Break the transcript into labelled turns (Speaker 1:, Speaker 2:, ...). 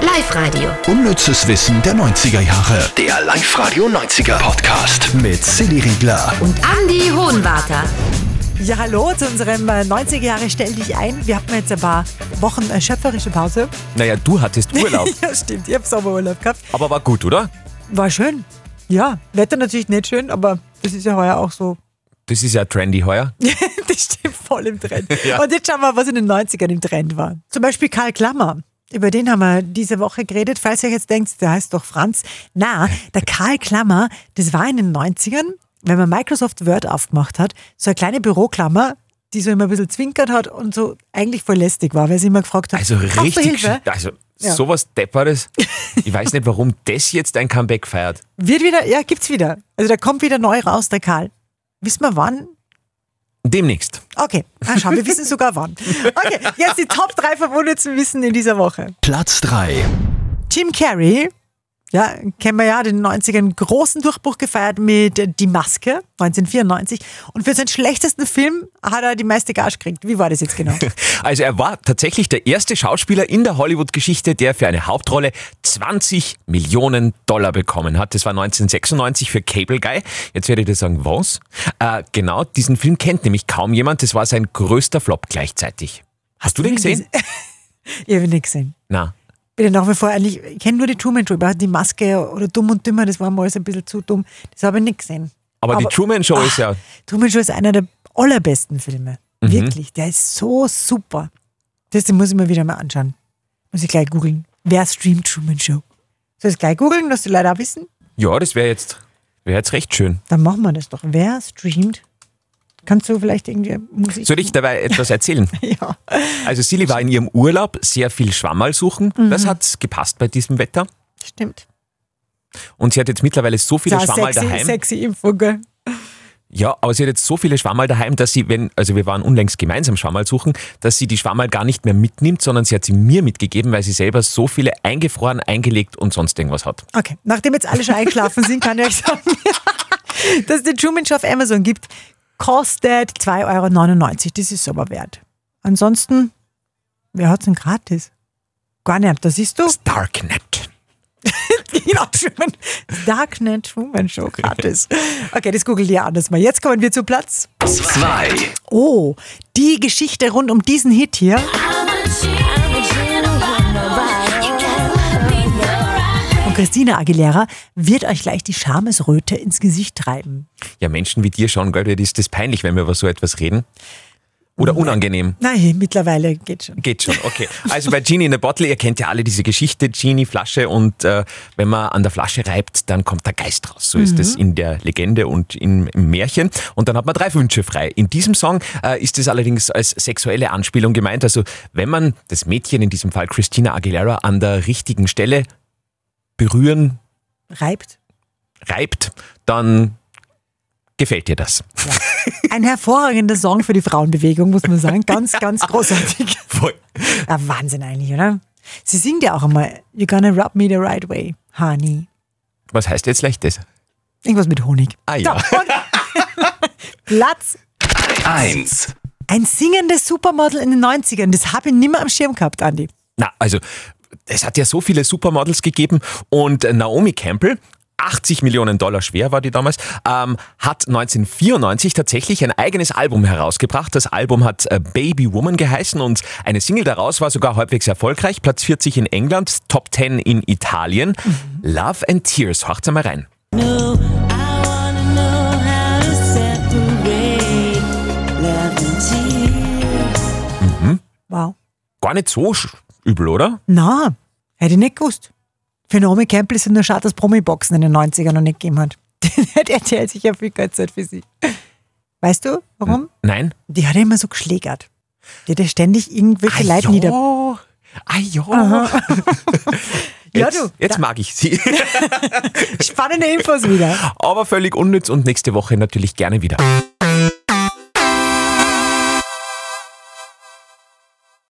Speaker 1: Live-Radio.
Speaker 2: Unnützes Wissen der 90er Jahre.
Speaker 3: Der Live-Radio 90er Podcast.
Speaker 2: Mit Silly Riegler.
Speaker 1: Und Andy Hohenwarter.
Speaker 4: Ja, hallo zu unserem äh, 90 Jahre Stell dich ein. Wir hatten jetzt ein paar Wochen äh, schöpferische Pause.
Speaker 5: Naja, du hattest Urlaub,
Speaker 4: ja, stimmt. Ich habe Sommerurlaub gehabt.
Speaker 5: aber war gut, oder?
Speaker 4: War schön. Ja, Wetter natürlich nicht schön, aber das ist ja heuer auch so.
Speaker 5: Das ist ja trendy heuer.
Speaker 4: das steht voll im Trend. Und jetzt schauen wir, was in den 90ern im Trend war. Zum Beispiel Karl Klammer. Über den haben wir diese Woche geredet. Falls ihr jetzt denkt, der heißt doch Franz. Na, der Karl Klammer, das war in den 90ern, wenn man Microsoft Word aufgemacht hat, so eine kleine Büroklammer, die so immer ein bisschen zwinkert hat und so eigentlich voll lästig war, weil sie immer gefragt hat,
Speaker 5: Also
Speaker 4: "Brauchst du
Speaker 5: richtig,
Speaker 4: Hilfe?
Speaker 5: sch- also
Speaker 4: Ja.
Speaker 5: sowas Depperes. Ich weiß nicht, warum das jetzt ein Comeback feiert.
Speaker 4: Wird wieder, ja, gibt's wieder. Also da kommt wieder neu raus, der Karl. Wissen wir wann?
Speaker 5: Demnächst.
Speaker 4: Okay, na schau, wir wissen sogar wann. Okay, jetzt die Top 3 vom unnützen Wissen in dieser Woche.
Speaker 2: Platz 3.
Speaker 4: Jim Carrey, ja, kennen wir ja, den 90ern großen Durchbruch gefeiert mit äh, Die Maske, 1994. Und für seinen schlechtesten Film hat er die meiste Gage gekriegt. Wie war das jetzt genau?
Speaker 5: Also er war tatsächlich der erste Schauspieler in der Hollywood-Geschichte, der für eine Hauptrolle 20 Millionen Dollar bekommen hat. Das war 1996 für Cable Guy. Jetzt werdet ihr sagen, was? Äh, genau, diesen Film kennt nämlich kaum jemand. Das war sein größter Flop gleichzeitig. Hast du den gesehen?
Speaker 4: ich habe nicht gesehen.
Speaker 5: Na.
Speaker 4: Bitte nach wie vor, eigentlich, ich kenne nur die Truman Show, aber die Maske oder Dumm und Dümmer, das war mal alles ein bisschen zu dumm. Das habe ich nicht gesehen.
Speaker 5: Aber, die Truman Show ist ja
Speaker 4: Truman Show ist einer der allerbesten Filme. Wirklich, der ist so super. Das den muss ich mir wieder mal anschauen. Muss ich gleich googeln. Wer streamt Truman Show? Soll ich es gleich googeln, dass die Leute auch wissen?
Speaker 5: Ja, das wäre jetzt, wär jetzt recht schön.
Speaker 4: Dann machen wir das doch. Wer streamt? Kannst du vielleicht irgendwie Musik?
Speaker 5: Soll ich dabei etwas erzählen?
Speaker 4: ja.
Speaker 5: Also Silly war in ihrem Urlaub sehr viel Schwammerl suchen.
Speaker 4: Mhm.
Speaker 5: Das hat gepasst bei diesem Wetter.
Speaker 4: Stimmt.
Speaker 5: Und sie hat jetzt mittlerweile so viele
Speaker 4: Ja,
Speaker 5: Schwammerl
Speaker 4: sexy,
Speaker 5: daheim.
Speaker 4: sexy Info, gell?
Speaker 5: Ja, aber sie hat jetzt so viele Schwammerl daheim, dass sie, wenn, also wir waren unlängst gemeinsam Schwammerl suchen, dass sie die Schwammerl gar nicht mehr mitnimmt, sondern sie hat sie mir mitgegeben, weil sie selber so viele eingefroren, eingelegt und sonst irgendwas hat.
Speaker 4: Okay, nachdem jetzt alle schon eingeschlafen sind, kann ich euch sagen, dass es den Truman Show auf Amazon gibt. Kostet 2,99 Euro. Das ist aber wert. Ansonsten, wer hat's denn gratis? Gar nicht, das siehst du.
Speaker 5: Das Darknet.
Speaker 4: Genau, Truman. Darknet Truman Show gratis. Okay, das googelt ihr anders mal. Jetzt kommen wir zu Platz.
Speaker 3: Zwei.
Speaker 4: Oh, die Geschichte rund um diesen Hit hier. Und Christina Aguilera wird euch gleich die Schamesröte ins Gesicht treiben.
Speaker 5: Ja, Menschen wie dir schon, gell, dir ist das peinlich, wenn wir über so etwas reden. Oder unangenehm.
Speaker 4: Nein, mittlerweile geht schon.
Speaker 5: Geht schon, okay. Also bei Genie in a Bottle, ihr kennt ja alle diese Geschichte, Genie, Flasche und äh, wenn man an der Flasche reibt, dann kommt der Geist raus. So ist es in der Legende und im, im Märchen. Und dann hat man drei Wünsche frei. In diesem Song äh, ist es allerdings als sexuelle Anspielung gemeint. Also wenn man das Mädchen, in diesem Fall Christina Aguilera, an der richtigen Stelle berühren,
Speaker 4: Reibt.
Speaker 5: reibt, dann gefällt dir das.
Speaker 4: Ein hervorragender Song für die Frauenbewegung, muss man sagen. Ganz, ganz großartig.
Speaker 5: Voll.
Speaker 4: Ja, Ah, Wahnsinn eigentlich, oder? Sie singt ja auch einmal You're gonna rub me the right way, honey.
Speaker 5: Was heißt jetzt leicht das?
Speaker 4: Irgendwas mit Honig.
Speaker 5: Ah ja.
Speaker 4: So, und Platz.
Speaker 3: Eins.
Speaker 4: Ein singendes Supermodel in den 90ern. Das habe ich nimmer am Schirm gehabt, Andi.
Speaker 5: Na, also, es hat ja so viele Supermodels gegeben und äh, Naomi Campbell. 80 Millionen Dollar schwer war die damals, ähm, hat 1994 tatsächlich ein eigenes Album herausgebracht. Das Album hat äh, Baby Woman geheißen und eine Single daraus war sogar halbwegs erfolgreich. Platz 40 in England, Top 10 in Italien.
Speaker 4: Mhm.
Speaker 5: Love and Tears, hört's einmal rein.
Speaker 4: Wow.
Speaker 5: Gar nicht so sch- übel, oder?
Speaker 4: Na, hätte ich nicht gewusst. Für Naomi Campbell ist ja nur schade, dass Promi-Boxen in den 90ern noch nicht gegeben hat. Den hätte RTL sicher viel Geld Zeit für sie. Weißt du, warum?
Speaker 5: Nein?
Speaker 4: Die hat ja immer so geschlägert. Die hat ja ständig irgendwelche Leute
Speaker 5: ja.
Speaker 4: nieder.
Speaker 5: Ah ja.
Speaker 4: Ja,
Speaker 5: Jetzt,
Speaker 4: du.
Speaker 5: jetzt mag ich sie.
Speaker 4: Spannende Infos wieder.
Speaker 5: Aber völlig unnütz und nächste Woche natürlich gerne wieder.